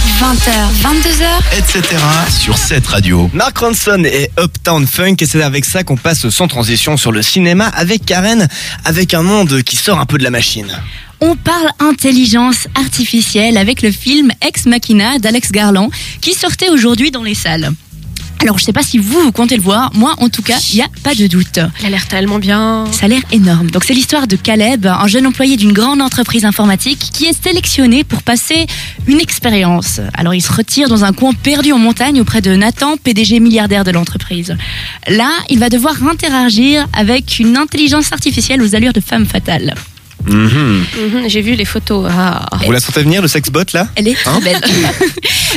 20h, 22h, etc. sur cette radio. Mark Ronson et Uptown Funk et c'est avec ça qu'on passe sans transition sur le cinéma avec Karen, avec un monde qui sort un peu de la machine. on parle intelligence artificielle avec le film Ex Machina d'Alex Garland qui sortait aujourd'hui dans les salles. Alors je sais pas si vous, vous comptez le voir, moi en tout cas, il n'y a pas de doute. Il a l'air tellement bien. Ça a l'air énorme. Donc c'est l'histoire de Caleb, un jeune employé d'une grande entreprise informatique qui est sélectionné pour passer une expérience. Alors il se retire dans un coin perdu en montagne auprès de Nathan, PDG milliardaire de l'entreprise. Là, il va devoir interagir avec une intelligence artificielle aux allures de femme fatale. Mhm, J'ai vu les photos. Ah. Vous la sentez venir le sexbot là Elle est très belle.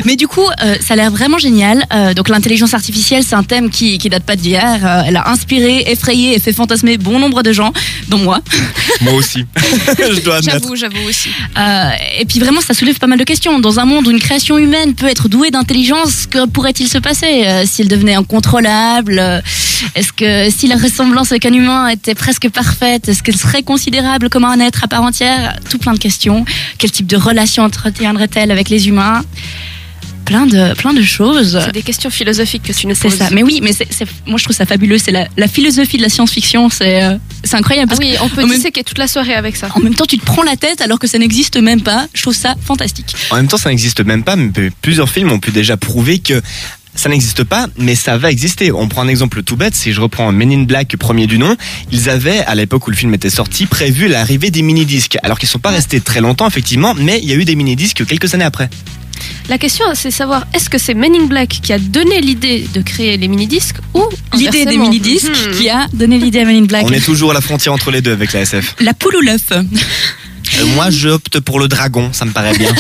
Mais du coup, euh, ça a l'air vraiment génial. Euh, donc l'intelligence artificielle, c'est un thème qui, qui date pas d'hier. Euh, elle a inspiré, effrayé et fait fantasmer bon nombre de gens, dont moi. Moi aussi. Je dois admettre. J'avoue, j'avoue aussi. Euh, et puis vraiment, ça soulève pas mal de questions. Dans un monde où une création humaine peut être douée d'intelligence, que pourrait-il se passer euh, s'il devenait incontrôlable euh, Est-ce que si la ressemblance avec un humain était presque parfaite, est-ce qu'elle serait considérable comme un être à part entière Tout plein de questions. Quel type de relation entretiendrait-elle avec les humains Plein de, plein de choses. C'est des questions philosophiques que tu nous C'est poses. ça. Mais oui, mais c'est, c'est- moi je trouve ça fabuleux. C'est la, la philosophie de la science-fiction. C'est, euh, c'est incroyable. Ah parce oui, on peut en même- disséquer toute la soirée avec ça. que En même temps, tu te prends la tête alors que ça n'existe même pas. Je trouve ça fantastique. En même temps, ça n'existe même pas, mais plusieurs films ont pu déjà prouver que ça n'existe pas, mais ça va exister. On prend un exemple tout bête, si je reprends Men in Black, premier du nom, ils avaient, à l'époque où le film était sorti, prévu l'arrivée des mini-disques. Alors qu'ils sont pas restés très longtemps, effectivement, mais il y a eu des mini-disques quelques années après. La question, c'est savoir est-ce que c'est Men in Black qui a donné l'idée de créer les mini-disques ou l'idée des inversement mini-disques Mhm. qui a donné l'idée à Men in Black. On est toujours à la frontière entre les deux avec la SF. La poule ou l'œuf Euh, moi, j'opte pour le dragon, ça me paraît bien.